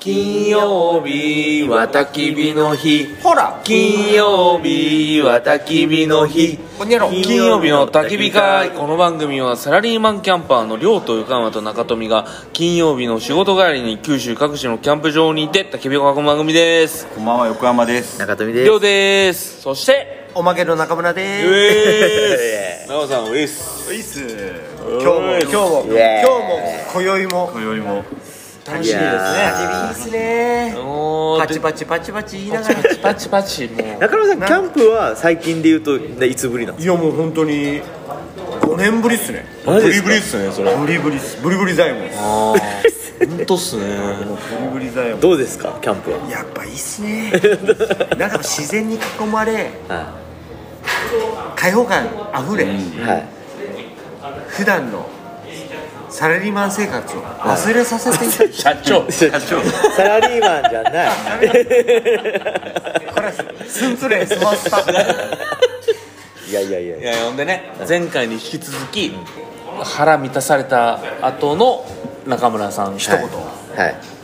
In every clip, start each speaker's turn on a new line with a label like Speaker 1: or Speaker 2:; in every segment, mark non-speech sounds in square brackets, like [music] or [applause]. Speaker 1: 金曜日は焚き火の日ほら金曜日は焚き火の日金曜日の焚き火会この番組はサラリーマンキャンパーの亮と横山と中富が金曜日の仕事帰りに九州各地のキャンプ場に行って焚き火を囲む番組です
Speaker 2: こんばんは横山です。
Speaker 3: 中富です
Speaker 1: 亮ですそして
Speaker 3: おまけの中村です
Speaker 1: えー長さんウエス
Speaker 2: ウィス。
Speaker 3: 今日も今日も
Speaker 2: も
Speaker 3: 今日も今宵も
Speaker 2: 今宵も
Speaker 3: 楽しみですねいやー
Speaker 4: いいですね
Speaker 1: お
Speaker 4: パ
Speaker 1: ー
Speaker 4: チ
Speaker 1: で
Speaker 4: パチパチパチ言いながら
Speaker 1: パチパチ
Speaker 3: [laughs]
Speaker 1: も
Speaker 3: 中村さんキャンプは最近で言うといつぶりなんで
Speaker 4: いやもう本当に5年ぶりっすね
Speaker 1: マジですか
Speaker 2: ブリブリっすねそれ。
Speaker 4: ブリブリっすブリブリ財務
Speaker 1: うあーほんとっすね
Speaker 4: ブリブリ財
Speaker 3: す
Speaker 4: 務
Speaker 3: どうですかキャンプは
Speaker 4: やっぱいいっすね [laughs] なんか自然に囲まれ
Speaker 3: は
Speaker 4: 開放感あふれ、
Speaker 3: いはい
Speaker 4: 普段のサラリーマン生活を忘れさせていただき
Speaker 1: 社長
Speaker 3: サラリーマンじゃない
Speaker 4: [laughs] これスンツレソワスタ
Speaker 3: [laughs] いやいやいや
Speaker 1: いやほんでね前回に引き続き腹満たされた後の中村さん一
Speaker 3: はいは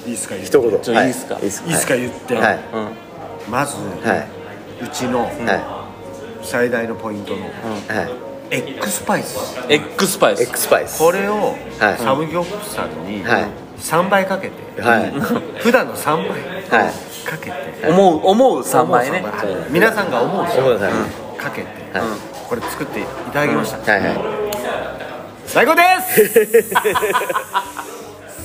Speaker 3: い
Speaker 4: いいっすか言って
Speaker 3: 一言
Speaker 1: ちょ
Speaker 3: はい
Speaker 1: いっすか
Speaker 3: いいっす
Speaker 4: いいっすか言って
Speaker 3: はい
Speaker 1: うんは
Speaker 4: まず、
Speaker 3: はいう
Speaker 4: ちの
Speaker 3: は
Speaker 4: 最大のポイントの
Speaker 3: いはい
Speaker 4: X パイス
Speaker 1: いエッグスパイス
Speaker 3: X スパイス
Speaker 4: これを
Speaker 3: はい
Speaker 4: サムギョプサルに
Speaker 3: はい
Speaker 4: 3倍かけて、 [laughs]
Speaker 3: はい
Speaker 4: 普段の3倍
Speaker 3: はい
Speaker 4: かけて、
Speaker 1: 思う思う3倍ね
Speaker 4: はい皆さんが思う
Speaker 3: ごめん
Speaker 4: 人
Speaker 3: なさい
Speaker 4: かけて、
Speaker 3: はい
Speaker 4: これ作っていただきました、
Speaker 3: はいはい
Speaker 4: 最高です
Speaker 3: [laughs]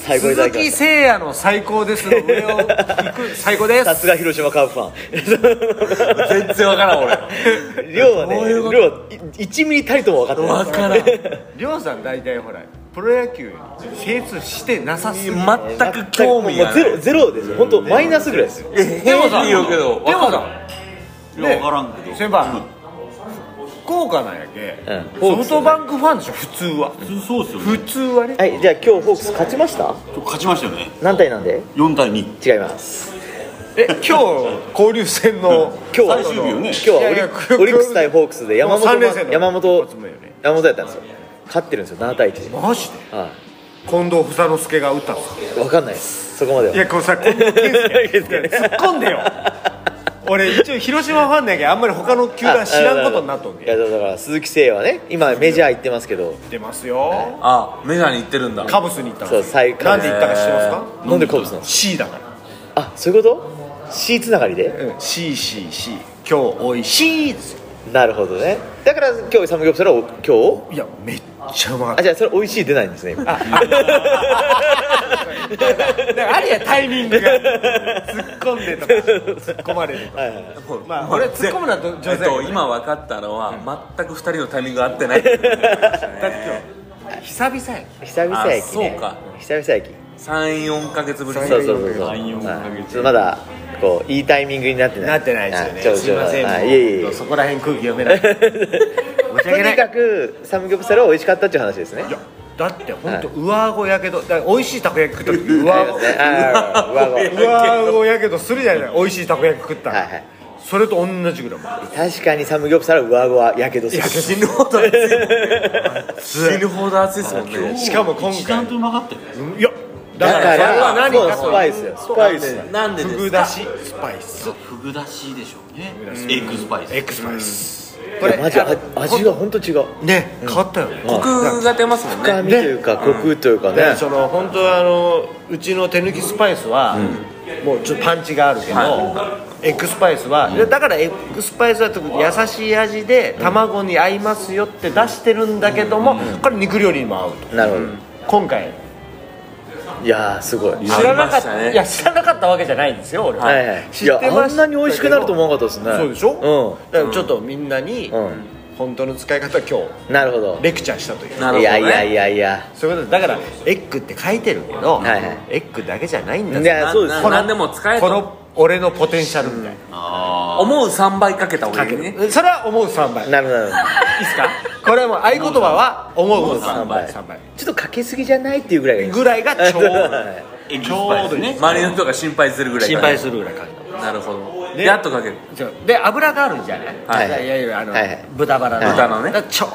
Speaker 3: 最高いただ
Speaker 4: 鈴
Speaker 3: きま
Speaker 4: 木
Speaker 3: し
Speaker 4: 誠也の最高ですの上を行く最高で
Speaker 3: たさ
Speaker 4: す
Speaker 3: すが広島カープファン
Speaker 1: 全然わからん俺
Speaker 3: 量はね
Speaker 1: どういうこと
Speaker 3: 量1ミリたりとも分かってない
Speaker 1: わからん
Speaker 4: りょうさん大体ほらプロ野球に精通してなさすぎ
Speaker 1: 全く興味が
Speaker 3: も
Speaker 1: ない
Speaker 3: うゼロゼロですよ本当マイナスぐらいですよ
Speaker 1: でもさ言うけど
Speaker 4: でも
Speaker 1: わか
Speaker 4: さ
Speaker 2: いやわからんけど。
Speaker 4: 先輩、福岡なんやけ、
Speaker 3: うん
Speaker 4: ソフトバンクファンでしょ普通は
Speaker 2: 普通そうですよね。
Speaker 4: 普通はね
Speaker 3: はいじゃあ今日ホークス勝ちました
Speaker 2: 勝ちましたよね。
Speaker 3: 何対なんで
Speaker 2: 四対二。
Speaker 3: 違います
Speaker 4: え今日交流戦の
Speaker 3: 今日は
Speaker 2: 最終日よね
Speaker 3: 今日はオリ
Speaker 4: いやいや
Speaker 3: オリックス対ホークスで山本
Speaker 4: 三連戦
Speaker 3: が
Speaker 4: の
Speaker 3: 山本
Speaker 4: 集めよね
Speaker 3: 山本やったんですよ勝ってるんですよ7対1で
Speaker 4: マジで
Speaker 3: は
Speaker 4: 近藤房之助が打ったんです
Speaker 3: い分かんないですそこまで
Speaker 4: い
Speaker 3: は
Speaker 4: やこれさ近
Speaker 3: [laughs]
Speaker 4: 藤健介
Speaker 3: 健介
Speaker 4: 突っ込んでよ俺一応広島ファンだけどあんまり他の球団知らんことになっとん
Speaker 3: いや
Speaker 4: で
Speaker 3: だから鈴木誠也はね今メジャー行ってますけど
Speaker 4: 出ますよ
Speaker 1: あメジャーに行ってるんだ
Speaker 4: カブスに行ったんで
Speaker 3: そう
Speaker 4: す
Speaker 3: 最
Speaker 4: よ
Speaker 3: 下
Speaker 4: な
Speaker 3: 位
Speaker 4: んで行ったか知ってますか
Speaker 3: なんでコブスなんです
Speaker 4: C だから
Speaker 3: かあそういうこと C つながりで
Speaker 4: うん CCC 今日おいしいですよ
Speaker 3: なるほどねだから今日サムギョプサルを今日
Speaker 4: いやめっちゃうまかっ [laughs]
Speaker 3: あじゃあそれ美味しい出ないんですね今
Speaker 4: ただからあるやんタイミングが突っ込んでとか突っ込まれるとか
Speaker 3: はいはい
Speaker 4: まあ俺突っ込むのは女性
Speaker 1: えっと今分かったのは全く2人のタイミングが合ってないってことだね
Speaker 4: 久々やん
Speaker 3: 久々駅
Speaker 1: あ
Speaker 3: ね
Speaker 1: そうか
Speaker 3: 久々駅
Speaker 1: 34か月ぶり
Speaker 3: そう
Speaker 1: に
Speaker 3: そうそうそう
Speaker 2: 三四ヶ
Speaker 3: はいちょ
Speaker 2: 月
Speaker 3: っとまだこういいタイミングになってない
Speaker 4: なってないですよ
Speaker 3: は
Speaker 4: ね
Speaker 3: ち
Speaker 4: すい
Speaker 3: ょっと
Speaker 4: ません
Speaker 3: は
Speaker 4: も
Speaker 3: い
Speaker 4: う
Speaker 3: いえいえ
Speaker 4: そこら辺空気読め
Speaker 3: [laughs]
Speaker 4: ない申し
Speaker 3: と
Speaker 4: 訳な
Speaker 3: に
Speaker 4: い
Speaker 3: かくサムギョプサルは美味しかったっていう話ですね
Speaker 4: いやだって本当上顎やけどだから美味しいたこ焼き食った時上
Speaker 3: あり
Speaker 4: 顎
Speaker 3: ますねあー上顎
Speaker 4: 上顎やけどするじゃない美味しいたこ焼き食ったら
Speaker 3: はいはい
Speaker 4: それと同じぐらいもう
Speaker 3: 確かにサムギョプサルは上顎はやけどする
Speaker 1: 死ぬほど暑い死ぬほど暑いですもんね
Speaker 4: しかも今
Speaker 2: 一
Speaker 4: 回
Speaker 2: 段とうまかったよね。
Speaker 4: いやだ
Speaker 3: だ
Speaker 4: か
Speaker 3: から
Speaker 4: それは
Speaker 3: ら
Speaker 4: 何か
Speaker 3: そうスパイスよスパイス
Speaker 1: なんで
Speaker 4: フ
Speaker 1: です
Speaker 4: グ
Speaker 1: か
Speaker 4: だしスパイス
Speaker 2: フグだしでしょうね。エッグスパイス。
Speaker 4: エクスパイスこ
Speaker 3: これ
Speaker 4: れ
Speaker 3: マジ
Speaker 4: あの
Speaker 3: 味が本当違う
Speaker 4: ね変わったよね
Speaker 1: コクが出ますもんね
Speaker 3: 深みというかコクというかね
Speaker 4: ね、その本当はあのうちの手抜きスパイスは、もうちょっとパンチがあるけど、エッグスパイスは、でだからエッグスパイスは特に優しい味で卵に合いますよって出してるんだけども、これ肉料理にも合うと
Speaker 3: なるほ
Speaker 4: 今回
Speaker 3: どいやーすごいはい
Speaker 1: 合
Speaker 4: 知ら
Speaker 1: い
Speaker 4: な
Speaker 1: ま
Speaker 4: か
Speaker 1: し
Speaker 4: ったた、
Speaker 1: ね
Speaker 4: いや知らなかったわけじゃないんですよ俺は、
Speaker 3: はい
Speaker 4: 知
Speaker 3: い
Speaker 4: ってました
Speaker 3: や
Speaker 4: けど
Speaker 3: あんなに美味しくなると思わなかったですね
Speaker 4: そうでしょ、だからちょっとみんなに、
Speaker 3: うん
Speaker 4: 本当の使い方は今日
Speaker 3: うんなるほど
Speaker 4: レクチャーしたという
Speaker 1: なるほどね
Speaker 3: いやいやいやいや
Speaker 4: そういうことでだからエッグって書いてるけど、
Speaker 3: はいはい
Speaker 4: エッグだけじゃないんだ
Speaker 3: い
Speaker 4: ぞ
Speaker 3: や
Speaker 1: な
Speaker 3: そうです
Speaker 1: な何でも使え
Speaker 4: ことの俺のポテンシャルみたい
Speaker 2: あ
Speaker 1: 思う3倍かけた方がいいね
Speaker 4: なそれは思う3倍いいっ
Speaker 3: なるほどなるほど
Speaker 4: すかこれはもう合言葉は思う3
Speaker 3: 3倍
Speaker 4: 倍3倍
Speaker 3: ちょっとかけすぎじゃないっていうぐらいがいい
Speaker 4: ぐらいがちょうど
Speaker 3: はい
Speaker 2: あ。エッグスパイスね。
Speaker 1: 周りの人が心配するぐらい
Speaker 4: 心
Speaker 1: かけ
Speaker 4: 配
Speaker 1: る
Speaker 4: するぐらい感
Speaker 1: なるほど
Speaker 4: ね
Speaker 1: やっとかける
Speaker 4: じで油があるんじゃない、
Speaker 3: はい
Speaker 4: いやいやいやあの、
Speaker 3: はいはい
Speaker 4: 豚バラの、
Speaker 3: はい
Speaker 1: 豚のね
Speaker 4: だからちょ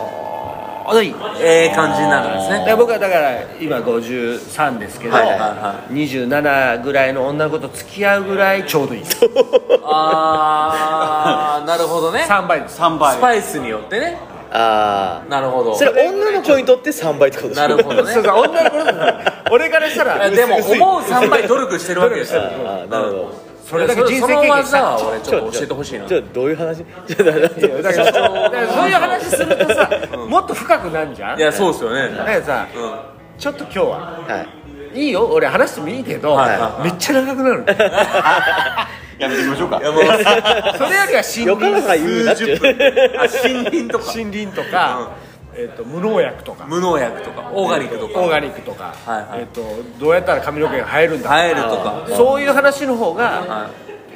Speaker 4: どいいだか
Speaker 1: ええ感じになるんです
Speaker 4: ら
Speaker 1: ね
Speaker 4: 僕はだから今53ですけど、
Speaker 1: はいはいは
Speaker 4: 27ぐらいの女の子と付き合うぐらいちょうど
Speaker 1: [laughs]
Speaker 4: いいです
Speaker 1: ああなるほどね
Speaker 4: 3倍です
Speaker 2: 3倍
Speaker 1: スパイスによってね
Speaker 3: [laughs] あ
Speaker 1: なるほど
Speaker 3: あそれは女の子にとって3倍ってことです
Speaker 1: なるほどね
Speaker 4: そうそう女の子だから俺からしたら
Speaker 1: でも
Speaker 4: 薄い
Speaker 1: 思う3倍努力してるわけですよ
Speaker 3: ああなるほど
Speaker 1: そ
Speaker 4: そ
Speaker 1: れ
Speaker 4: れ
Speaker 1: だ
Speaker 4: だ
Speaker 1: け
Speaker 4: け
Speaker 1: 人
Speaker 4: 人
Speaker 1: 生経験
Speaker 4: 生経験
Speaker 1: は
Speaker 4: した
Speaker 1: さ俺ちょっと教えてほしいな
Speaker 3: [laughs] ちょどういう話ちょだから
Speaker 4: だからだからそういう話するとさもっと深くなんじゃん
Speaker 1: いやそうですよ
Speaker 4: [laughs]
Speaker 1: ね
Speaker 4: だからさ
Speaker 1: うん
Speaker 4: ちょっと今日は
Speaker 3: はい
Speaker 4: いいよ俺話してもいいけど、
Speaker 1: はいはい
Speaker 4: めっちゃ長くなるそ
Speaker 2: やめてみましょうか
Speaker 4: れよりは森
Speaker 3: よから
Speaker 4: 林
Speaker 3: さ言うなっていう
Speaker 1: あ森林とか
Speaker 4: 森林とか、えっと無農薬とか
Speaker 1: 無農薬とかオーガニックと
Speaker 4: オー
Speaker 1: か
Speaker 4: ガニックとか、
Speaker 1: はいはい
Speaker 4: えっとどうやったら髪の毛が生えるんだ
Speaker 1: 生えるとか
Speaker 4: そういう話の方が、
Speaker 1: は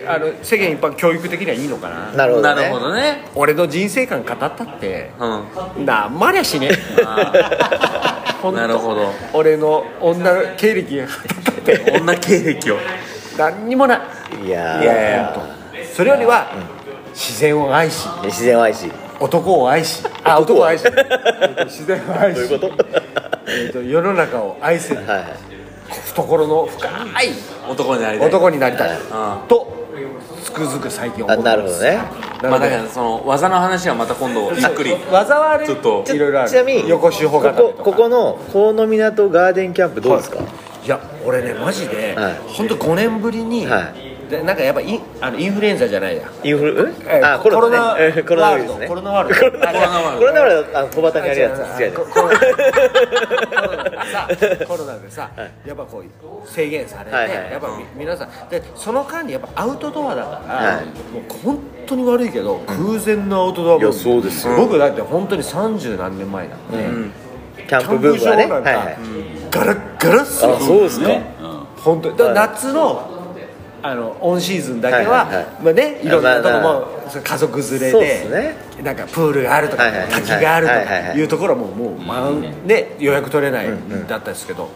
Speaker 4: あの世間一般教育的にはいいのかな
Speaker 3: なるほど
Speaker 1: な
Speaker 3: ね
Speaker 1: るほどね
Speaker 4: 俺の人生観語ったって
Speaker 1: うん
Speaker 4: なあまりゃしね
Speaker 3: あ
Speaker 4: ほんと
Speaker 1: なるほど
Speaker 4: 俺の女経歴が語ったって
Speaker 1: 女経歴を
Speaker 4: 何にもない
Speaker 3: [laughs] いやー
Speaker 1: いやいや
Speaker 4: ほんとそれよりは、自然を愛し
Speaker 3: 自然を愛し
Speaker 4: 男を愛しあ男を愛しえっと自然を愛
Speaker 3: どうい
Speaker 4: し
Speaker 3: うこと
Speaker 4: えっと世の中を愛せる
Speaker 3: はいはい
Speaker 4: 懐の深い
Speaker 1: 男になりたい
Speaker 4: 男になりたい
Speaker 1: ん
Speaker 4: とつくづく最近思
Speaker 3: あ
Speaker 4: って
Speaker 3: なるほどね
Speaker 4: な
Speaker 1: まあ
Speaker 4: の
Speaker 1: だ
Speaker 4: で
Speaker 1: からその技の話はまた今度ゆっくり
Speaker 4: 技はあれ
Speaker 1: ちょっと
Speaker 4: いろいろある
Speaker 3: ちなみに
Speaker 4: 横手法
Speaker 3: こ
Speaker 4: 固め
Speaker 3: こと
Speaker 4: か
Speaker 3: ここの河野港ガーデンキャンプどうですか、
Speaker 4: いや俺ねマジで、
Speaker 3: はい
Speaker 4: 本当5年ぶりに、
Speaker 3: は
Speaker 4: でなんかやっぱインあのインフルエンザじゃないや
Speaker 3: インフル、うん
Speaker 4: えー
Speaker 3: あコロナ、ね、
Speaker 4: コロナ
Speaker 3: ウイルスね
Speaker 4: コロナワールド
Speaker 3: [laughs] コロナ
Speaker 4: コロナ
Speaker 1: ワールド
Speaker 3: コロナワールドあの戸端にあるやつ違う違う
Speaker 4: コロナでさコロナでさ、やっぱこう制限されて、
Speaker 3: はいはい
Speaker 4: やっぱみ、皆さんでその間にやっぱアウトドアだから、
Speaker 3: はい
Speaker 4: もう本当に悪いけど、空前のアウトドアブーム
Speaker 3: いやそうですよ
Speaker 4: 僕だって本当に三十何年前なんで、
Speaker 3: キャンプブームはね
Speaker 4: キャンプ場な
Speaker 3: は
Speaker 4: ん
Speaker 3: い
Speaker 4: か、
Speaker 3: はい
Speaker 4: ガラッガラっすよ
Speaker 3: あそうですか、
Speaker 4: 本当にだから夏のあのオンシーズンだけは、
Speaker 3: はいはいはい
Speaker 4: まあねいろんなとこ
Speaker 3: まあ
Speaker 4: もそう家族連れで
Speaker 3: そうっすね
Speaker 4: なんかプールがあるとか、
Speaker 3: はいはいはい
Speaker 4: 滝があるとか
Speaker 3: はいはいはい
Speaker 4: いうところはもうもう満で予約取れないだったんですけど、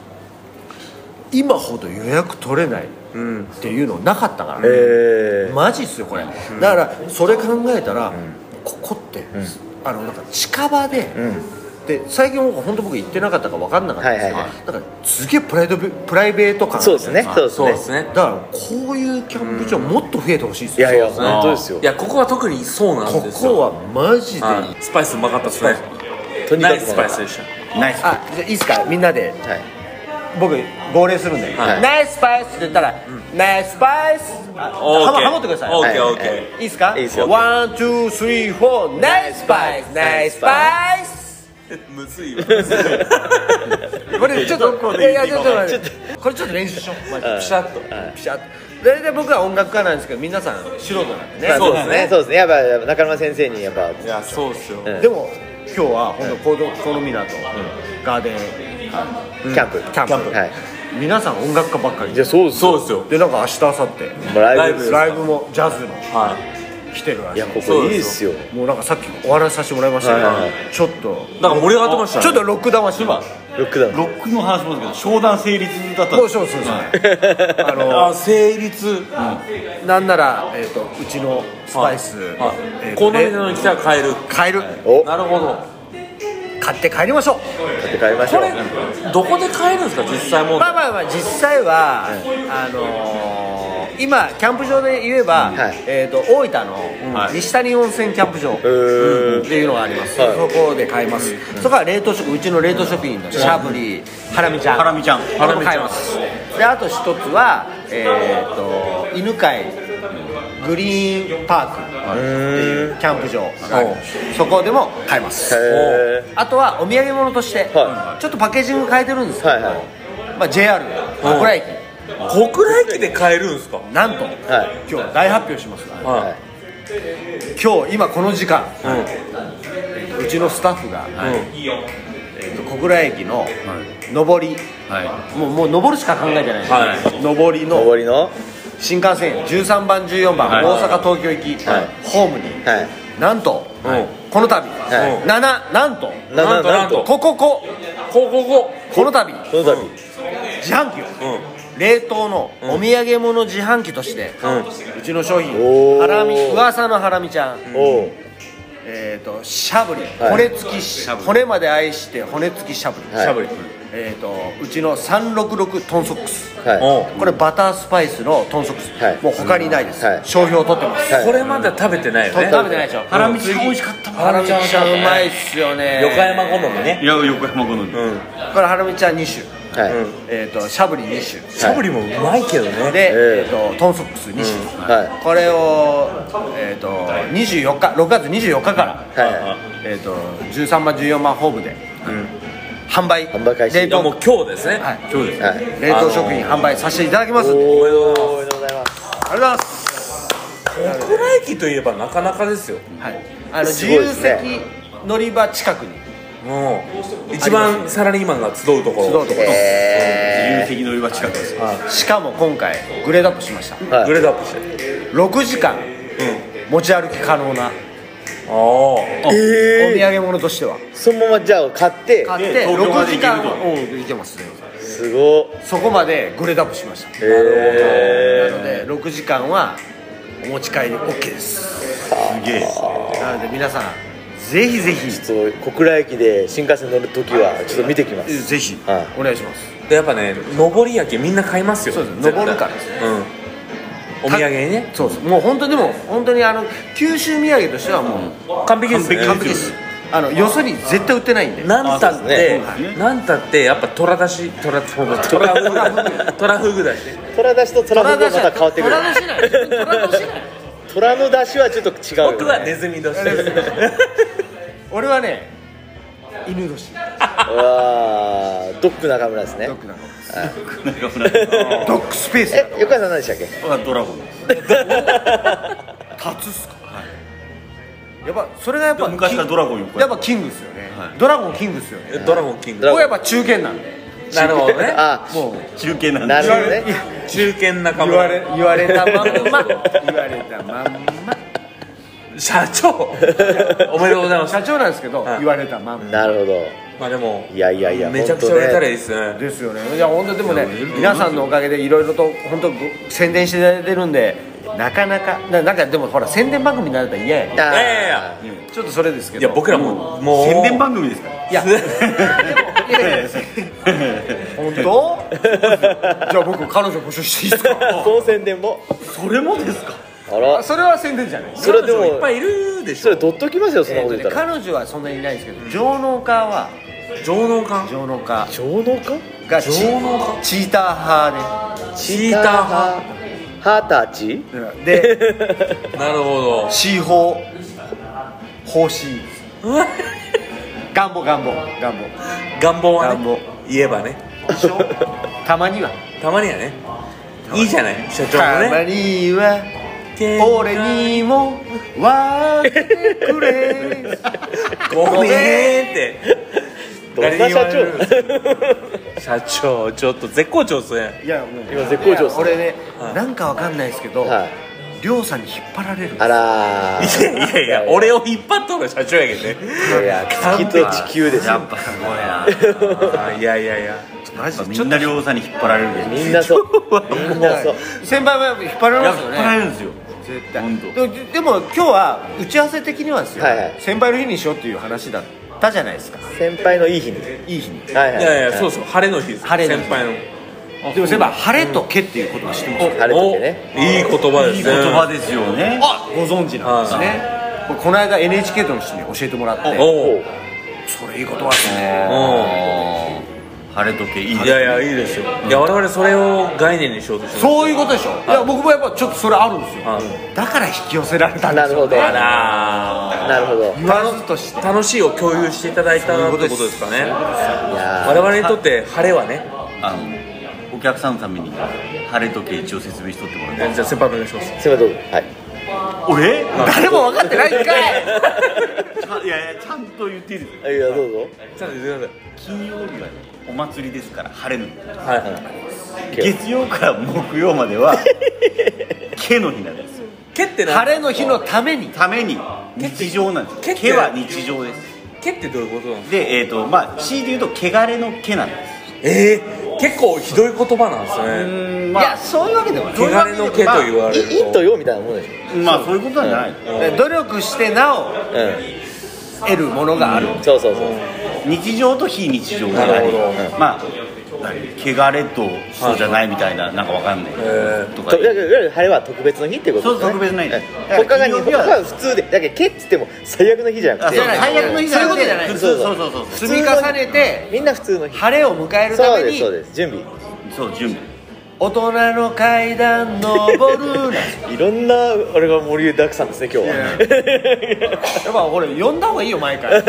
Speaker 4: 今ほど予約取れないっていうのなかったからね、
Speaker 3: え
Speaker 4: マジっすよこれ、だからそれ考えたら、ここって、あのなんか近場で、で最近僕本当僕行ってなかったか分かんなかったんですけど、
Speaker 3: はいはい
Speaker 4: だからすげえプライドベプライベート感
Speaker 3: ー、そうですねそうです
Speaker 1: そう
Speaker 3: ね
Speaker 1: ですね
Speaker 4: だからこういうキャンプ場もっと増えてほしいです
Speaker 3: いやいや
Speaker 4: そう
Speaker 3: 本当ですよ
Speaker 1: いやここは特にそうなん
Speaker 4: こ
Speaker 1: です
Speaker 4: こ
Speaker 1: よ
Speaker 4: はマジでいい
Speaker 1: はいスパイスうまかったですね
Speaker 3: とに
Speaker 1: ナ
Speaker 3: か
Speaker 1: イ
Speaker 3: く
Speaker 1: ススパイスでした
Speaker 2: ナイス
Speaker 4: あじゃあいいっすかみんなで
Speaker 3: はい
Speaker 4: 僕号令するんで、
Speaker 1: はい
Speaker 4: ナイススパイスって言ったら、ナイススパイスあ
Speaker 1: オーケー
Speaker 4: ハモってください
Speaker 1: オ
Speaker 3: は
Speaker 1: ー
Speaker 3: い
Speaker 1: ケーオー
Speaker 3: はい
Speaker 1: ケ
Speaker 4: いいっすか
Speaker 3: いいっすよ
Speaker 4: ワン、ツー、スリー、フォー、ナイススパイスナイススパイス
Speaker 1: ーむずいわむずい
Speaker 4: これちょっと、い
Speaker 1: で
Speaker 4: やいや、ちょっと待っ
Speaker 3: ち
Speaker 4: て、これちょっと練習しよう。マジ
Speaker 1: ピシャッと
Speaker 4: でピシャッと。大体僕は音楽家なんですけど、皆さん素人なんで
Speaker 3: ま
Speaker 4: ね
Speaker 3: あ。
Speaker 1: そ
Speaker 3: そうう
Speaker 1: で
Speaker 3: ですす
Speaker 1: ね
Speaker 3: ねそうですねやっぱやっぱ中村先生にやっぱ
Speaker 1: いやそうっすよ
Speaker 3: ん
Speaker 4: でも、今日は本当コード、コノミナと、ガーデン、
Speaker 3: キャンプ、
Speaker 4: キャンプ
Speaker 3: はい
Speaker 4: 皆さん音楽家ばっかり
Speaker 3: じゃ
Speaker 4: で。
Speaker 3: あそうです
Speaker 1: そうっすよ
Speaker 4: で、なんか明日、明後日、
Speaker 3: もうライブ
Speaker 1: ライブ
Speaker 4: ライブもジャズも
Speaker 1: はい
Speaker 4: 来てるら
Speaker 3: い
Speaker 4: しい
Speaker 3: や。ここいいですよ
Speaker 4: もうなんかさっきお話しさせてもらいましたけど
Speaker 3: はいはいは、
Speaker 4: ちょっと、
Speaker 1: なんか盛り上がってましたね
Speaker 4: ちょっとロック魂
Speaker 2: 今
Speaker 4: が。
Speaker 3: ロックダウン
Speaker 2: ロックの話もですけど商談成立だった
Speaker 4: もうそうそうそう。あの、
Speaker 1: あ成立
Speaker 4: なんなら、えっと、うちのスパイス、えーと
Speaker 1: この間の来たら変える
Speaker 4: 買える
Speaker 3: お
Speaker 1: なるほど
Speaker 4: 買って帰りましょう
Speaker 3: 買って帰りましょ
Speaker 1: こ
Speaker 3: う
Speaker 1: れどこで買えるんですか実際も
Speaker 4: まあまあまあ実際は、あのー今キャンプ場で言えば、
Speaker 3: はい
Speaker 4: えー、と大分の西谷温泉キャンプ場って
Speaker 3: ー
Speaker 4: いうのがあります、
Speaker 3: はい
Speaker 4: そこで買います、そこは冷凍食うちの冷凍食品のシャブリーハラミちゃん
Speaker 2: ハラミちゃん
Speaker 4: ハラミちゃん買いますであと一つはえっ、と犬飼グリーンパークっていうキャンプ場そこでも買います
Speaker 3: へ
Speaker 4: あとはお土産物として、
Speaker 3: は
Speaker 4: ちょっとパッケージング変えてるんですけど、
Speaker 3: はいはい
Speaker 4: まあ、JR 小倉駅
Speaker 1: 小倉駅で買えるんですか
Speaker 4: なんと、
Speaker 3: はい
Speaker 4: 今日大発表しますが
Speaker 1: は
Speaker 4: 今日今この時間
Speaker 1: いうん
Speaker 4: うちのスタッフが、
Speaker 1: うん
Speaker 4: えっと小倉駅の上り、もうもう上るしか考えてないんです、
Speaker 1: はい
Speaker 4: 上り
Speaker 3: 終
Speaker 4: の
Speaker 3: わりの
Speaker 4: 新幹線13番14番、
Speaker 2: はい
Speaker 4: 大阪東京行き、
Speaker 3: はい
Speaker 4: ホームに、
Speaker 3: はい
Speaker 4: なんと、
Speaker 1: はい
Speaker 4: この度、
Speaker 3: はい
Speaker 4: 7なんと
Speaker 3: な
Speaker 1: なんとなんと
Speaker 4: こここ
Speaker 1: こここ
Speaker 4: この度
Speaker 3: その度
Speaker 4: 自販機を、
Speaker 1: うん
Speaker 4: 冷凍のお土産物自販機として、
Speaker 1: うん
Speaker 4: うちの商品
Speaker 3: おー
Speaker 4: ハラミ噂のハラミちゃん、
Speaker 3: おう
Speaker 4: えー、としゃぶり、骨付きし骨まで愛して骨付きしゃぶり、
Speaker 3: はいしゃぶ
Speaker 2: り
Speaker 4: えー、とうちの366トンソックス、
Speaker 3: はい
Speaker 1: おう
Speaker 4: これバタースパイスのトンソックス、
Speaker 3: はい
Speaker 4: もう他にないです、
Speaker 3: はい
Speaker 4: 商標取ってます、
Speaker 3: はい
Speaker 1: これまだ食べてないよね
Speaker 4: 食べてないでしょ
Speaker 2: ハラミちゃん美味しかった
Speaker 1: ハラミちゃん
Speaker 4: ちゃんうまいっすよね
Speaker 1: 横山好みね
Speaker 2: いや横山好みうん
Speaker 4: これハラミちゃん2種、
Speaker 3: はい
Speaker 4: えー、としゃぶり2種
Speaker 1: しゃぶりもうまいけどね
Speaker 4: で、
Speaker 3: え
Speaker 4: えー、とトンソックス2種、
Speaker 3: は
Speaker 4: これを、えー、と24日6月24日から、
Speaker 3: いは
Speaker 4: えー、と13万14万ホームで、販売
Speaker 3: 販売開始
Speaker 4: 冷
Speaker 1: いやも
Speaker 4: 凍
Speaker 1: う今日ですね
Speaker 4: はい
Speaker 2: 今日で
Speaker 3: い
Speaker 2: す
Speaker 3: はい
Speaker 4: 冷凍食品販売させていただきますんで、
Speaker 1: おめでとうございます
Speaker 4: ありがとうございます、
Speaker 1: 国内機といえばなかなかですよ
Speaker 4: はい、あの
Speaker 3: す
Speaker 4: 自
Speaker 3: ごい
Speaker 4: 由
Speaker 3: ですね
Speaker 4: 席乗り場近くに
Speaker 1: もう一番サラリーマンが集うとこ
Speaker 4: 集うとこ
Speaker 1: ろ
Speaker 4: ろ
Speaker 3: え
Speaker 2: 自由的乗り場近くです
Speaker 4: しかも今回グレードアップしました
Speaker 3: ーは
Speaker 1: グ
Speaker 3: い
Speaker 1: レードアップして
Speaker 4: 6時間持ち歩き可能な
Speaker 1: ああ
Speaker 4: お土
Speaker 3: え
Speaker 4: 産物としては
Speaker 3: ーそのままじゃあ買って
Speaker 4: 買って
Speaker 2: で東京
Speaker 4: 6
Speaker 2: まで
Speaker 4: 時
Speaker 2: 行け
Speaker 4: 間
Speaker 2: ると
Speaker 4: うんいけますね
Speaker 3: すごっ
Speaker 4: そこまでグレードアップしました
Speaker 3: え
Speaker 4: なので6時間はお持ち帰り OK です
Speaker 2: すげえ
Speaker 4: なので皆さんぜひぜひ
Speaker 3: ーそう小倉駅で新幹線乗るときはちょっと見てきます
Speaker 4: ぜひ
Speaker 3: は
Speaker 4: お願いします
Speaker 1: でやっぱね上り焼きみんな買いますよ
Speaker 4: そうです
Speaker 1: 絶対
Speaker 4: 上るからですね
Speaker 1: うんお土産にね
Speaker 4: そうそうもう本当にでも本当にあの九州土産としてはもう
Speaker 1: 完璧ですね
Speaker 4: 完璧ですあのよそに絶対売ってないんで
Speaker 1: なんたっ
Speaker 3: そうで
Speaker 1: て
Speaker 3: す
Speaker 2: ね
Speaker 1: なんたってやっぱ虎だし虎 [laughs] 虎虎フグだ虎フグだしね
Speaker 3: い虎出しと虎の出しまた変わってくる
Speaker 4: 虎出しない虎出しない
Speaker 3: 虎の出しはちょっと違うよね
Speaker 1: 僕 [laughs] はネズミだし
Speaker 4: 俺はね犬年
Speaker 3: うわードック中村ですね
Speaker 4: ドッグなの
Speaker 2: 中村
Speaker 4: ドッグスペース
Speaker 3: え横山さん何でしたっけ
Speaker 2: はドラゴンです
Speaker 4: 立つっすかやっぱそれがやっぱ
Speaker 2: 昔からドラゴンよ
Speaker 4: やっぱキングっすよねドラゴンキングっすよね
Speaker 1: ドラゴンキング
Speaker 4: これやっぱ中堅なんで
Speaker 1: なるほどね
Speaker 3: あ
Speaker 4: もう
Speaker 2: 中継なん
Speaker 3: な
Speaker 2: で
Speaker 3: るほどね
Speaker 1: 中堅中
Speaker 4: 言われ
Speaker 1: 村
Speaker 4: 言われたまんま言われたまんま
Speaker 1: 社長おめでとうございます
Speaker 4: 社長なんですけど
Speaker 1: はい
Speaker 4: 言われたまんま
Speaker 3: なるほど
Speaker 1: まあでも
Speaker 3: いやいやいや
Speaker 1: めちゃくちゃ
Speaker 3: 本
Speaker 1: 売
Speaker 3: 当ね
Speaker 1: れたらいいですね
Speaker 4: ですよねいや本当でもね皆さんのおかげでいろいろと本当ご宣伝していただいてるんでなかなかななんかでもほら宣伝番組になれたら嫌やね
Speaker 1: いやい
Speaker 3: あ
Speaker 1: や
Speaker 4: ちょっとそれですけ
Speaker 1: い
Speaker 4: ど
Speaker 1: や僕らもうもう
Speaker 2: 宣伝番組ですから
Speaker 4: いや本当 [laughs] じゃあ僕彼女募集していいです
Speaker 3: [laughs]
Speaker 4: か
Speaker 3: ーその宣伝も
Speaker 2: それもですか
Speaker 3: あら
Speaker 4: それは宣伝じゃない
Speaker 3: それで
Speaker 1: いっ
Speaker 3: も
Speaker 1: ぱいいるでし
Speaker 3: それ
Speaker 1: ょ
Speaker 3: どっときますよそんなこと言ったら
Speaker 4: 彼女はそんなにいないですけど上納家は
Speaker 1: 上納館
Speaker 4: 上納家
Speaker 3: 上納か
Speaker 4: がチ
Speaker 1: 上納家
Speaker 4: チーター派
Speaker 1: チーター派
Speaker 3: ハータチ
Speaker 4: でで
Speaker 1: なるほど
Speaker 4: シーホー方針願望願望願
Speaker 1: 願望は
Speaker 4: 願望
Speaker 1: ね言えばね
Speaker 4: 望たまには
Speaker 1: たまにはねいいじゃない社長
Speaker 4: た
Speaker 1: も
Speaker 4: ま
Speaker 1: ね
Speaker 4: には俺にも分けてく
Speaker 3: [laughs]
Speaker 4: れ
Speaker 1: ごめんって
Speaker 3: どんな社長
Speaker 1: 社長ちょっと絶好調っすね
Speaker 4: いやもう
Speaker 3: 今絶好調っすね
Speaker 4: いや俺ね
Speaker 1: はい
Speaker 4: なんかわかんないですけど
Speaker 3: [laughs] はい
Speaker 4: りょうさんに引っ張られる
Speaker 3: あらー
Speaker 1: いやいやいや俺を引っ張っとる社長やけどね
Speaker 3: いやいや月と地球ですよ
Speaker 2: やっぱすごいな [laughs]
Speaker 1: あいやいやいや
Speaker 4: マジで
Speaker 2: みんな量産に引っ張られる
Speaker 3: みんなそうみんなそう
Speaker 4: 先輩も引っ張られ
Speaker 2: や
Speaker 4: ま
Speaker 2: っ
Speaker 4: す
Speaker 2: ぱ
Speaker 4: よ
Speaker 2: 引っ張られ
Speaker 4: ね
Speaker 2: るんですよ
Speaker 4: 絶対
Speaker 2: 本当
Speaker 4: でもでも今日は打ち合わせ的にはですよ、
Speaker 3: はいはい
Speaker 4: 先輩の日にしようっていう話だったじゃないですか
Speaker 3: 先輩のいい日にはい
Speaker 4: い日に
Speaker 3: はい
Speaker 1: いやいやそううそう晴れの日です
Speaker 4: 晴れの
Speaker 1: 先
Speaker 4: 日
Speaker 1: 輩の
Speaker 4: でも先輩晴れとけっていうことは知ってます
Speaker 1: お
Speaker 3: 晴れとけね
Speaker 1: おいい言葉ですね
Speaker 2: いい言葉ですよね
Speaker 4: あご存知なんですねこれこの間 NHK との人に教えてもらって
Speaker 1: おお
Speaker 4: それいいことはですね
Speaker 2: 晴れ時計いい
Speaker 1: いやいやいいですよいや我々それを概念にしようとしてう
Speaker 4: そういうことでしょいや僕もやっぱちょっとそれあるんですよ
Speaker 1: はい
Speaker 4: だから引き寄せられたん
Speaker 3: な
Speaker 4: です
Speaker 3: るほ
Speaker 4: よ
Speaker 3: ど
Speaker 1: あら
Speaker 3: なるほど
Speaker 4: 言わずとして
Speaker 1: ー楽しいを共有していただいたってことですかね
Speaker 3: いや
Speaker 1: 我々にとって晴れはね
Speaker 2: あのお客さんのために晴れ時計一応説明しとってもらっ
Speaker 1: じゃあ
Speaker 2: て
Speaker 1: 先輩お願いします
Speaker 3: ーすいませんどうぞはい
Speaker 2: 俺
Speaker 4: 誰も分かってないんかい
Speaker 2: いやいやちゃんと言っていいです
Speaker 3: あいやどうぞ
Speaker 1: ちゃんと言ってく
Speaker 2: 金曜日はお祭りですから晴れの日
Speaker 1: ださいはい
Speaker 2: [laughs] 月曜から木曜まで [laughs] は毛の日なんですよ
Speaker 1: 蹴ってな
Speaker 4: 晴れの日のために
Speaker 2: ために日常なんです
Speaker 1: 毛
Speaker 2: よ
Speaker 1: って
Speaker 2: 毛は日常です
Speaker 1: 蹴ってどういうことなんですか
Speaker 2: でえっ、とまあ C で言うと汚れの毛なんです
Speaker 1: ええ結構ひどい言葉なんですね
Speaker 2: うん
Speaker 4: いやそういうわけでもない
Speaker 1: 汚れの毛と言われ
Speaker 3: い
Speaker 1: る
Speaker 3: 陰と
Speaker 1: と
Speaker 3: 陽みたいなもんでしょ
Speaker 2: まあそういうことじゃない
Speaker 4: 努力してなお
Speaker 3: うん
Speaker 4: 得るものがある、
Speaker 3: そうそうそう
Speaker 2: 日常と非日常がありまあ汚れとそうじゃないみたいななんかわかんないとか
Speaker 3: といわゆるいわゆる晴れは特別の日っていうこと
Speaker 2: そう特別な日
Speaker 3: はい他が
Speaker 2: 金曜日
Speaker 3: 他
Speaker 2: は
Speaker 3: は普通でだけどけっつっても最悪の日じゃなくて
Speaker 2: あそうじゃない最悪の日じゃな
Speaker 4: そういうこ
Speaker 2: くて
Speaker 4: と
Speaker 2: じゃない
Speaker 3: そう
Speaker 2: そうそうそう
Speaker 4: 積み重ねて
Speaker 3: みんな普通の日
Speaker 4: 晴れを迎えるた
Speaker 3: そう
Speaker 4: め
Speaker 3: です
Speaker 4: に
Speaker 3: そうです準備
Speaker 2: そう準備
Speaker 4: 大人の階段登るや
Speaker 3: いろんなあれが盛りだくさんですね今日は
Speaker 4: っぱ俺呼んだ方がいいよ前から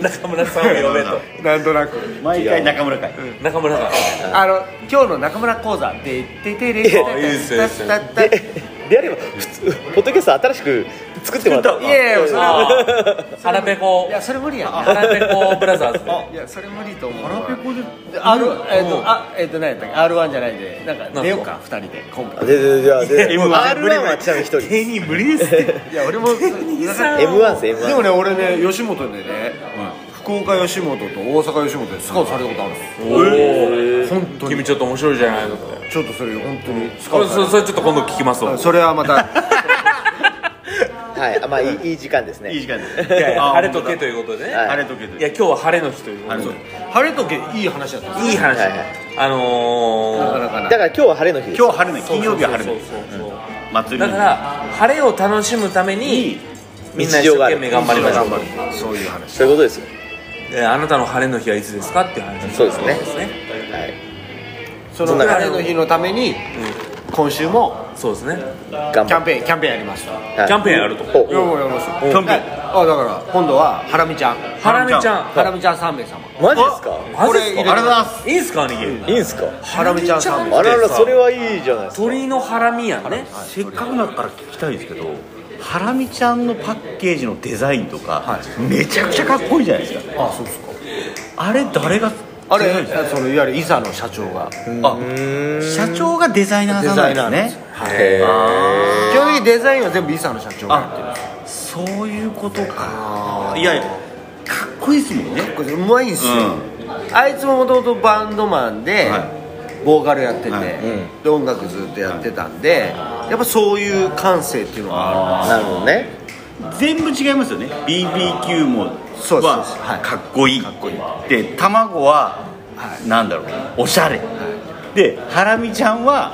Speaker 1: 中村さんを呼べと
Speaker 4: なんとなく
Speaker 2: 毎回中村会
Speaker 1: 中村が
Speaker 4: あの今日の中村講座でててれ
Speaker 1: あいいですねいいですね
Speaker 4: い
Speaker 3: で [laughs] であれば普通ポッドキャスト新しく作ってもらった
Speaker 4: いやいやそれは
Speaker 1: 腹ペコ
Speaker 4: いやそれ無理や
Speaker 1: 腹ペコブラザーズで
Speaker 4: いやそれ無理と思うわ
Speaker 2: 腹ペコで
Speaker 4: で R えっとあえっと何やったっけ R1 じゃないでなんか出ようか二人でコンビ
Speaker 3: ででであで
Speaker 2: M1
Speaker 3: R1 はちなみに一人
Speaker 2: 芸人無理ですって
Speaker 4: いや俺も
Speaker 3: M1 です
Speaker 4: で
Speaker 3: M1
Speaker 4: もね俺ね吉本でね福岡吉本と大阪吉本でスカウトされたことあるんです
Speaker 1: お
Speaker 4: よ
Speaker 1: お
Speaker 4: 本当に
Speaker 1: 君ちょっと面白いじゃないのって
Speaker 4: ちょっとそれ本当にスカ
Speaker 1: こ
Speaker 4: ウ
Speaker 1: れ
Speaker 4: ト
Speaker 1: そ
Speaker 4: さ
Speaker 1: それちょっと今度聞きます
Speaker 4: れ
Speaker 1: わ
Speaker 4: たそれはまた
Speaker 3: はいあまあいいいい時間ですね
Speaker 2: いい時間です
Speaker 1: [laughs] いやいや
Speaker 2: あ
Speaker 1: 晴れとけということでね
Speaker 3: はい
Speaker 2: 晴れとけと
Speaker 1: いや今日は晴れの日ということで
Speaker 2: そう
Speaker 4: [laughs] 晴れとけいい話だったんです
Speaker 1: いい話
Speaker 3: はいはい
Speaker 1: あのー
Speaker 4: なかな
Speaker 3: だ
Speaker 4: か
Speaker 3: から今日は晴れの日です
Speaker 2: 今日晴れない金曜日は晴れ
Speaker 1: そ
Speaker 2: な
Speaker 1: う
Speaker 2: い
Speaker 1: そうそうそう
Speaker 2: 祭りの
Speaker 1: だ
Speaker 2: 日
Speaker 1: から晴れを楽しむためにみんな一生懸命頑張りましょう
Speaker 4: そういう話
Speaker 3: そういうことですよ
Speaker 1: えーあなたの晴れの日はいつですかっていう話
Speaker 3: そうですね
Speaker 1: ですね
Speaker 3: はい
Speaker 4: その晴れの日のために今週も
Speaker 1: そうですね
Speaker 3: 頑
Speaker 4: キ
Speaker 3: 張
Speaker 4: ャン
Speaker 3: っ
Speaker 4: ペーンキャンペーンやりました
Speaker 3: はい
Speaker 1: キャンペーンやると
Speaker 3: ほう
Speaker 4: もうやりました
Speaker 2: キャンペー
Speaker 4: あ
Speaker 2: ン
Speaker 4: だから今度はハラミちゃん
Speaker 1: ハラミちゃん
Speaker 4: ハラミちゃん3名様
Speaker 3: マジですか
Speaker 1: マジっす
Speaker 4: これ入れて
Speaker 1: か
Speaker 4: ありがとうござい
Speaker 1: いいんすか兄貴
Speaker 3: いいんすか
Speaker 4: ハラミちゃん3名
Speaker 3: あららそれはいいじゃないですか
Speaker 1: 鳥のハラミやんね
Speaker 2: せっかくだから聞きたいですけどハラミちゃんのパッケージのデザインとか、めちゃくちゃかっこいいじゃないですか
Speaker 4: あそうですか
Speaker 2: あれ誰が
Speaker 4: あれそのいわゆる伊佐の社長が
Speaker 2: あ社長がデザイナー
Speaker 4: デ
Speaker 2: さん
Speaker 4: ザイ
Speaker 2: な
Speaker 4: ナー
Speaker 2: ん
Speaker 4: で
Speaker 2: ですすね
Speaker 3: へー
Speaker 4: 基本的にデザインは全部伊佐の社長がやってる
Speaker 2: あそういうことかいやかっこいいですもんね
Speaker 4: これうまいんすよ、あいつももともとバンドマンで、
Speaker 2: は
Speaker 4: ボーカルやってて、
Speaker 2: はい
Speaker 4: で音楽ずっとやってたんで、やっぱそういう感性っていうのはあ
Speaker 3: なるほどね
Speaker 2: 全部違いますよね BBQ も
Speaker 4: そうですそうですは
Speaker 2: はいかっこいいで卵は、なんだろうおしゃれ、でハラミちゃんは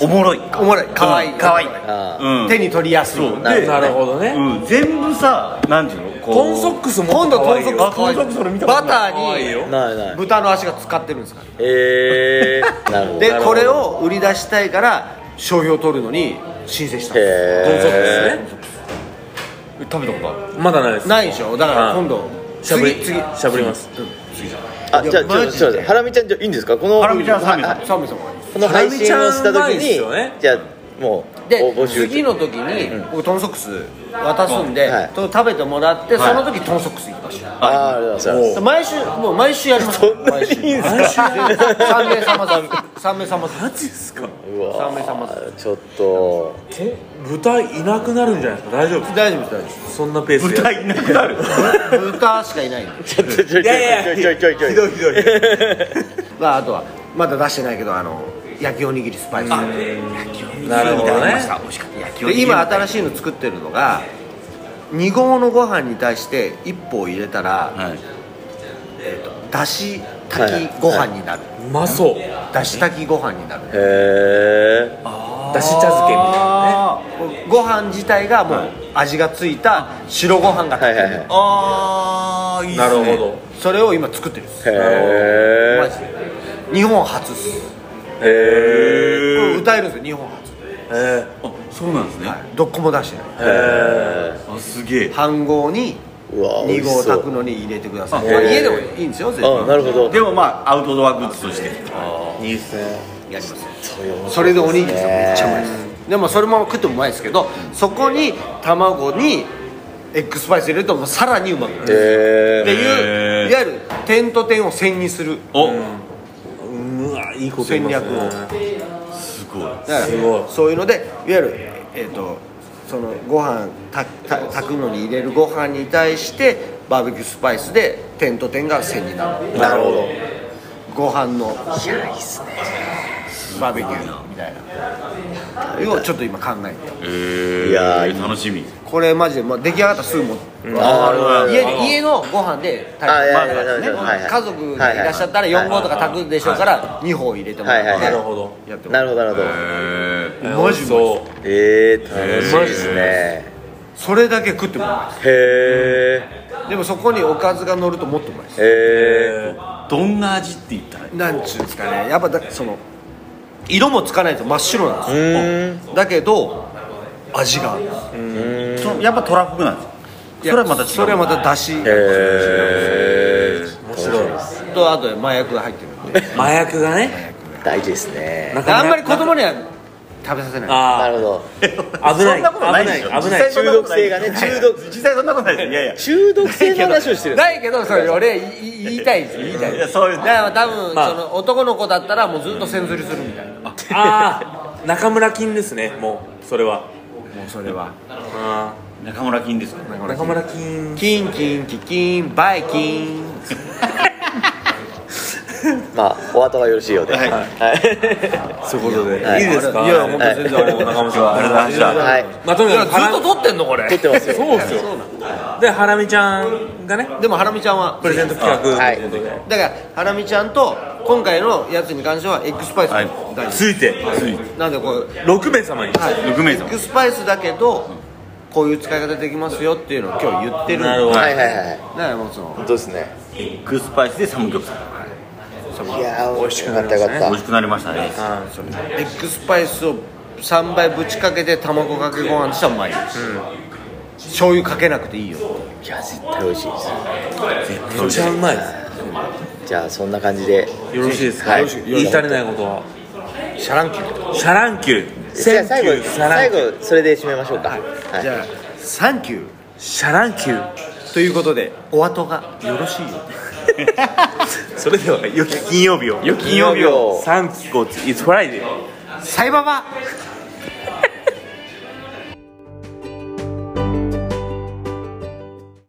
Speaker 2: おもろい
Speaker 4: おもろいかわいい
Speaker 2: うんかわいい
Speaker 3: あ
Speaker 2: うん
Speaker 4: る手に取りやすい
Speaker 2: そう
Speaker 3: なる
Speaker 2: で
Speaker 3: ほ
Speaker 1: なるほどね
Speaker 2: うん、全部さ何ていうのこう
Speaker 1: トンソックスも
Speaker 4: 今度
Speaker 1: 可
Speaker 4: 豚
Speaker 1: 愛いよ
Speaker 4: 足可愛い
Speaker 2: あ豚足それ見たこと
Speaker 4: バ
Speaker 2: ない
Speaker 4: タ
Speaker 1: 可愛い
Speaker 4: ー
Speaker 1: よ
Speaker 4: に
Speaker 3: ないない
Speaker 4: 豚の足が使ってるんですから
Speaker 3: えー、 [laughs] なるほど
Speaker 4: で
Speaker 3: なるほど
Speaker 4: これを売り出したいから商標取るのに申請したんです
Speaker 1: トンソックス
Speaker 3: へ
Speaker 1: ね
Speaker 2: 食べたことある
Speaker 1: まだないです
Speaker 4: ないでしょだから
Speaker 1: はい
Speaker 4: 今度
Speaker 1: しゃぶり
Speaker 4: 次次
Speaker 1: しゃぶります
Speaker 3: ーあじゃあちょっとすいませんハラミちゃんじゃいいんですかこの
Speaker 2: ハラミちゃん三名様
Speaker 3: あ
Speaker 4: サムさんはいい
Speaker 3: この配信をした
Speaker 1: ハラ
Speaker 3: 時
Speaker 1: ミちゃんうまいっすよ
Speaker 3: に、
Speaker 1: ね
Speaker 3: じゃあもう
Speaker 4: で
Speaker 3: 応募集
Speaker 4: 次の時に、僕トンソックス渡すんで、
Speaker 3: はい
Speaker 4: と食べてもらって、
Speaker 2: はい
Speaker 4: その時トンソックス行きましょ
Speaker 3: ああありがとうございます
Speaker 4: う毎週もう毎週やります
Speaker 3: そんなにいいんすか
Speaker 4: 毎週3名様ずつ3名様ず
Speaker 1: マジですか
Speaker 3: うわ
Speaker 4: 三名様
Speaker 3: ーちょっと
Speaker 1: え豚いなくなるんじゃないですか大丈夫です
Speaker 4: つ大丈夫です大丈夫です
Speaker 1: かそんなペースで
Speaker 2: 豚いなくなる
Speaker 4: 豚しかいないんで、
Speaker 3: ちょっとちょい
Speaker 1: いやいや
Speaker 3: ちょいちょいちょいちょいちょい
Speaker 1: ひどいひどい
Speaker 4: [laughs] まあ、あとはまだ出してないけどあの焼きおにぎりスパイス
Speaker 1: なるほどね
Speaker 2: 美味しかった焼きお
Speaker 4: で
Speaker 2: にぎり
Speaker 4: 今新しいの作ってるのが2合のご飯に対して1本入れたら
Speaker 2: はい
Speaker 4: だし炊きご飯になる
Speaker 1: うまそう
Speaker 4: だし炊きご飯になる
Speaker 3: へえ
Speaker 1: だし茶漬けみたいなね
Speaker 2: あ
Speaker 4: ご飯自体がもう味がついた白ご飯が
Speaker 3: は
Speaker 4: 炊
Speaker 3: い
Speaker 4: け
Speaker 3: は
Speaker 4: る、
Speaker 3: いはい
Speaker 2: あーいいっす
Speaker 1: な
Speaker 2: ね
Speaker 1: るほど
Speaker 4: それを今作ってるんです
Speaker 3: へ
Speaker 4: マ
Speaker 3: え
Speaker 4: ジで日本初っす
Speaker 1: へ
Speaker 4: これ歌えるんですよ日本初
Speaker 1: え
Speaker 2: あそうなんですね、
Speaker 4: どこも出してない
Speaker 2: あすげえ
Speaker 4: 半合に
Speaker 3: うわ美
Speaker 4: 2
Speaker 3: 味し
Speaker 4: 合
Speaker 3: そう
Speaker 4: 炊くのに入れてください、
Speaker 2: あ
Speaker 4: まあ
Speaker 2: へー
Speaker 4: 家でもいいんですよ全然
Speaker 3: あなるほど
Speaker 2: でもまあアウトドアグッズとして
Speaker 3: いいですね
Speaker 4: やります
Speaker 3: そういう
Speaker 4: それでおにぎりですよ
Speaker 3: ね
Speaker 4: めっちゃうまいですでもそれも食ってもうまいですけどそこに卵にエッグスパイス入れるともうさらにうまくなる
Speaker 3: へ
Speaker 4: って
Speaker 3: え
Speaker 2: へ
Speaker 4: いう
Speaker 2: ー
Speaker 4: いわゆる点と点を線にする
Speaker 2: お
Speaker 1: うわいいこと言いま
Speaker 4: 戦略
Speaker 1: す
Speaker 4: を
Speaker 1: ね
Speaker 2: すごい
Speaker 4: だか
Speaker 1: すごい
Speaker 4: らそういうのでいわゆるえっ、とそのご飯たた炊くのに入れるご飯に対してバーベキュースパイスで点と点が線になる
Speaker 3: なるほど
Speaker 4: ご飯の
Speaker 2: す
Speaker 4: バーベキューみたいなをちょっと今考えて
Speaker 2: えー、
Speaker 3: いやー
Speaker 2: 楽しみ
Speaker 4: これマジで、まあ、出来上がったらすぐもう
Speaker 3: あー
Speaker 4: 家に家のご飯で炊いて
Speaker 3: あ
Speaker 4: ま
Speaker 3: い
Speaker 4: あ
Speaker 3: やいやいやいやはいはい
Speaker 4: 家族がいらっしゃったら4合とか炊くでしょうから2合入れてもらって
Speaker 3: はいはいはいなる
Speaker 1: ほど
Speaker 4: やっても
Speaker 3: な
Speaker 4: らう
Speaker 3: るほどなるほど
Speaker 2: えー、
Speaker 1: マジそう
Speaker 3: えー楽しいですね
Speaker 4: それだけ食ってもら
Speaker 3: へえ
Speaker 4: うでもそこにおかずが乗るともっとうまいです
Speaker 3: へえ
Speaker 2: どんな味って言ったらいい
Speaker 4: なんちゅうんですかねやっぱだその色もつかないと真っ白なんで
Speaker 3: うーん
Speaker 4: すよだけど味がある
Speaker 2: そやっぱトラフグなんですよそれはまた違う
Speaker 4: それはまただし
Speaker 3: へえ
Speaker 1: 面白いです
Speaker 4: とあと麻薬が入ってるんで
Speaker 1: 麻薬がね
Speaker 3: 大事ですね
Speaker 1: なんか
Speaker 4: あんまり子供には食べさせない
Speaker 1: あ
Speaker 3: な
Speaker 1: あ
Speaker 3: るほど
Speaker 1: 危ない
Speaker 2: そんなことないでしょ
Speaker 1: 危ない危ない
Speaker 2: 実際そんな
Speaker 3: 中毒
Speaker 2: ことな
Speaker 3: 性がね中毒
Speaker 2: 実際そんなことないですいやいや
Speaker 3: 中毒性の話をしてるんです
Speaker 4: ないけどそれ俺いい言いたいです言いたい
Speaker 2: い
Speaker 4: で
Speaker 2: や
Speaker 4: す
Speaker 2: そういう
Speaker 4: だから多分、
Speaker 1: まあ
Speaker 4: その男の子だったらもうずっと線ずりするみたいなもう
Speaker 1: ああ中村金ですねもうそれは
Speaker 4: それは
Speaker 1: あ
Speaker 2: 中村金ですか
Speaker 1: ー中村金
Speaker 4: キンキンキキンバイキン
Speaker 3: まあお後がよろしいようではい
Speaker 1: そういうことで
Speaker 3: はい
Speaker 1: いいですか
Speaker 4: いや本
Speaker 3: は
Speaker 4: 当
Speaker 3: い
Speaker 4: 全然あれも中村さん
Speaker 2: ありがとうございました
Speaker 3: はい
Speaker 1: まあと
Speaker 4: い
Speaker 1: に
Speaker 4: や
Speaker 1: か
Speaker 4: ず
Speaker 1: く
Speaker 4: っと撮ってんのこれ
Speaker 3: 撮ってますよ
Speaker 1: そうですよでハラミちゃんがね
Speaker 4: でもハラミちゃんは
Speaker 1: プレゼント企画
Speaker 3: はい
Speaker 4: だからハラミちゃんと今回のやつに関してはエッグスパイス
Speaker 2: はい
Speaker 4: も大事
Speaker 1: ついて
Speaker 2: つい
Speaker 4: なんでこう
Speaker 1: 6名様に
Speaker 2: 6名
Speaker 4: エッ
Speaker 2: 様
Speaker 4: グスパイスだけどこういう使い方できますよっていうのを今日言ってるんで
Speaker 1: なるほど
Speaker 3: はいはいはい
Speaker 4: だからもうその
Speaker 3: 本当ですね
Speaker 2: エッグスパイスでサムギョプサル
Speaker 3: いやー美味し
Speaker 1: しく
Speaker 3: か
Speaker 1: な
Speaker 3: っ
Speaker 1: り
Speaker 3: た
Speaker 1: ま
Speaker 3: よ
Speaker 1: すね
Speaker 3: かった
Speaker 2: 美味しくなりましたね
Speaker 1: はい
Speaker 4: エッグスパイスを3倍ぶちかけて卵かけご飯にしたらうまいです、醤油かけなくていいよ
Speaker 3: いや絶対美味しいです
Speaker 2: 絶対美
Speaker 1: めっ
Speaker 2: 味し
Speaker 1: ち
Speaker 2: い
Speaker 1: ゃうまいです
Speaker 3: じゃあそんな感じで
Speaker 1: よろしいですか
Speaker 3: はい
Speaker 1: 言い足りないことは
Speaker 4: シャランキュー
Speaker 1: シャランキュー
Speaker 3: じゃあ最
Speaker 1: センキュ
Speaker 3: 後
Speaker 1: ーシャラン
Speaker 3: 最
Speaker 1: キュー
Speaker 3: 後それで締めましょうかはい
Speaker 4: じゃあサンキュ
Speaker 1: シャランキュー
Speaker 4: ーということでお後がよろしいよ
Speaker 2: [laughs]
Speaker 1: それでは良
Speaker 4: [laughs]
Speaker 1: き金曜日を
Speaker 2: 良き金曜日を
Speaker 1: サンキュー It's Friday
Speaker 4: サイババ